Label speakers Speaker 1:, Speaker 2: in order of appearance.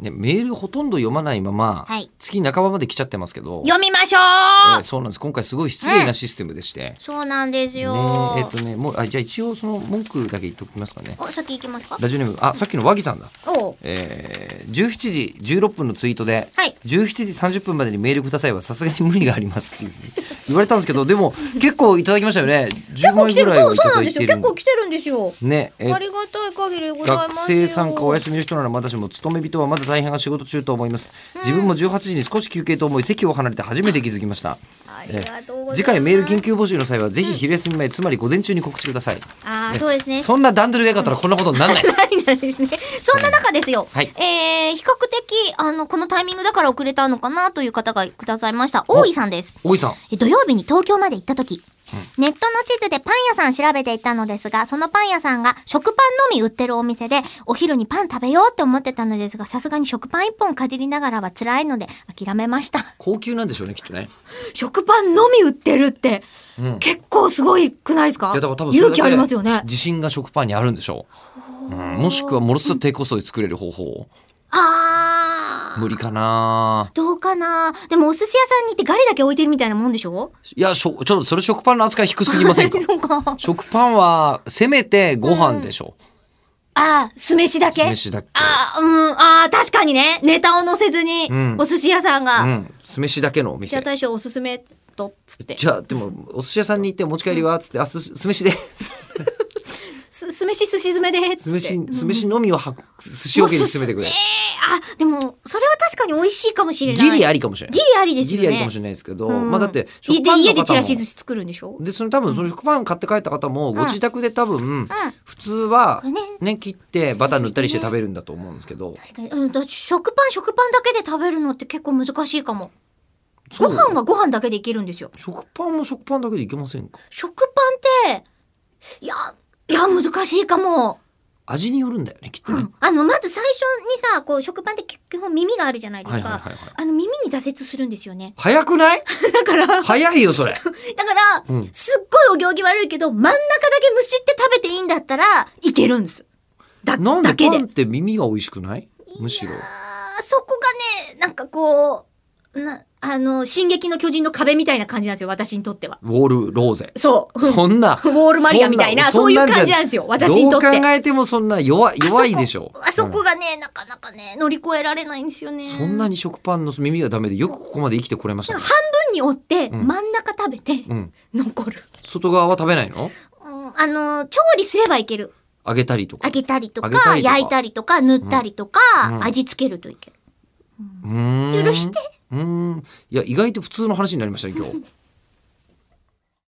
Speaker 1: ね、メールほとんど読まないまま、
Speaker 2: はい
Speaker 1: 月半ばまで来ちゃってますけど、
Speaker 2: 読みましょう、
Speaker 1: えーそうなんです今回すごい失礼なシステムでして、
Speaker 2: そうなんですよ、
Speaker 1: ねえっとねもうあじゃあ一応その文句だけ言っておきますかね
Speaker 2: お先行きますか
Speaker 1: ラジオネームあさっきの和木さんだ、
Speaker 2: おう
Speaker 1: えー、17時16分のツイートで、
Speaker 2: はい
Speaker 1: 17時30分までにメールくださいはさすがに無理がありますっていうふうに言われたんですけどでも結構いただきましたよね10
Speaker 2: 結構
Speaker 1: 枚
Speaker 2: 来て
Speaker 1: ぐら
Speaker 2: る
Speaker 1: い
Speaker 2: そ
Speaker 1: を
Speaker 2: う
Speaker 1: い
Speaker 2: そう
Speaker 1: た
Speaker 2: な
Speaker 1: だ
Speaker 2: ん
Speaker 1: い
Speaker 2: です
Speaker 1: て
Speaker 2: よ
Speaker 1: る
Speaker 2: 結
Speaker 1: の
Speaker 2: 構来てるんですよ
Speaker 1: ねえっと
Speaker 2: ありがたい限りでございますよ
Speaker 1: 学生さんかお休みの人ならまだしも勤め人はまだ大変な仕事中と思います、自分も18時に少し休憩と思い席を離れて初めて気づきました
Speaker 2: ありがとうございます
Speaker 1: 次回メール緊急募集の際はぜひ昼休み前、つまり午前中に告知ください
Speaker 2: ああそうですね
Speaker 1: そんな段取りが良かったらこんなことにならないです
Speaker 2: ないんですね。そんな中ですよ。
Speaker 1: はい
Speaker 2: えー、比較的、あの、このタイミングだから遅れたのかなという方がくださいました。大井さんです。
Speaker 1: 大井さん
Speaker 2: え土曜日に東京まで行った時、ネットの地図でパン屋さん調べていたのですが、そのパン屋さんが食パンのみ売ってるお店で、お昼にパン食べようって思ってたのですが、さすがに食パン一本かじりながらは辛いので諦めました。
Speaker 1: 高級なんでしょうねきっとね
Speaker 2: 食パンのみ売ってるって、
Speaker 1: ん
Speaker 2: 結構すごいくないですか
Speaker 1: いやだから多分それだ
Speaker 2: 勇
Speaker 1: け
Speaker 2: 気ありますよね。
Speaker 1: 自信が食パンにあるんでしょう、うん、もしくはものすごい低コストで作れる方法
Speaker 2: あー。
Speaker 1: 無理かな
Speaker 2: どうかなでもお寿司屋さんに行ってガリだけ置いてるみたいなもんでしょ
Speaker 1: いやしょちょっとそれ食パンの扱い低すぎませ んか
Speaker 2: そうか。
Speaker 1: 食パンはせめてご飯でしょ
Speaker 2: ああ、酢飯だ
Speaker 1: う、
Speaker 2: け
Speaker 1: 酢飯だっけ
Speaker 2: ああ、うん、ああ、確かにね。ネタを載せずに
Speaker 1: ん、
Speaker 2: お寿司屋さんが、
Speaker 1: うん、酢飯だけのお
Speaker 2: じ
Speaker 1: 店
Speaker 2: ゃあ。大将おすすめとっつって。
Speaker 1: じゃあでもお寿司屋さんに行って持ち帰りはっつって「あす酢飯で
Speaker 2: す酢飯、寿司詰めで、 つ
Speaker 1: 酢
Speaker 2: って。
Speaker 1: 飯酢飯のみをは寿司桶に詰めてくれ
Speaker 2: もう」寿司えーあ、でも、それは確かに美味しいかもしれない。
Speaker 1: ギリありかもしれない
Speaker 2: ギリありですよ
Speaker 1: ギリ
Speaker 2: ね。
Speaker 1: ありかもしれないですけど、
Speaker 2: うん
Speaker 1: まあだって
Speaker 2: い
Speaker 1: 食パンの
Speaker 2: で、家で
Speaker 1: 方
Speaker 2: ち
Speaker 1: も
Speaker 2: らし寿司作るんでしょ
Speaker 1: でその多分その食パン買って帰った方もご自宅で多分普通は
Speaker 2: れね
Speaker 1: ね切ってバター塗ったりして食べるんだと思うんですけど
Speaker 2: 確かに。うん、だ食パン、食パンだけで食べるのって結構難しいかも。
Speaker 1: そ
Speaker 2: ご
Speaker 1: う
Speaker 2: 飯はご飯だけでいけるんですよ。
Speaker 1: 食パンも食パンだけでいけませんか
Speaker 2: 食パンって、いや、いや、難しいかも。
Speaker 1: 味によるんだよねきっとね、
Speaker 2: あの、まず最初にさ、こう、食パンって基本耳があるじゃないです
Speaker 1: はい
Speaker 2: か
Speaker 1: はいはいはい。
Speaker 2: あの、耳に挫折するんですよね。
Speaker 1: 早くない
Speaker 2: だから、だか
Speaker 1: 早いよそ れ
Speaker 2: ら、
Speaker 1: うん
Speaker 2: すっごいお行儀悪いけど、真ん中だけむしって食べていいんだったら、いけるんです。だ、
Speaker 1: なん
Speaker 2: だ
Speaker 1: で
Speaker 2: け
Speaker 1: パ
Speaker 2: で
Speaker 1: ンっ。て耳が美味しくないむしろ
Speaker 2: あーそこがね、なんかこう、な、あの、進撃の巨人の壁みたいな感じなんですよ、私にとっては。
Speaker 1: ウォールローゼ
Speaker 2: そう。
Speaker 1: そんな。
Speaker 2: ウォールマリアみたいなそういう感じなんですよ
Speaker 1: じゃ
Speaker 2: 私にとって
Speaker 1: どう考えてもそんな弱い弱いでしょう。
Speaker 2: あそこあそこがね、なかなかね、乗り越えられないんですよね。
Speaker 1: うんそんなに食パンの耳がダメでよくここまで生きてこれましたね。
Speaker 2: 分に折って、
Speaker 1: ん
Speaker 2: 真ん中食べて、
Speaker 1: うん。
Speaker 2: 残る、
Speaker 1: 外側は食べないの
Speaker 2: うんあのー、調理すればいける。
Speaker 1: 揚げたりとか
Speaker 2: 揚。げたりとか、
Speaker 1: 揚げたりとか
Speaker 2: 焼いたりとか、塗ったりとか、
Speaker 1: うん
Speaker 2: 味付けるといける。
Speaker 1: うーん
Speaker 2: 許して。
Speaker 1: うーん。いや、意外と普通の話になりましたね、今日。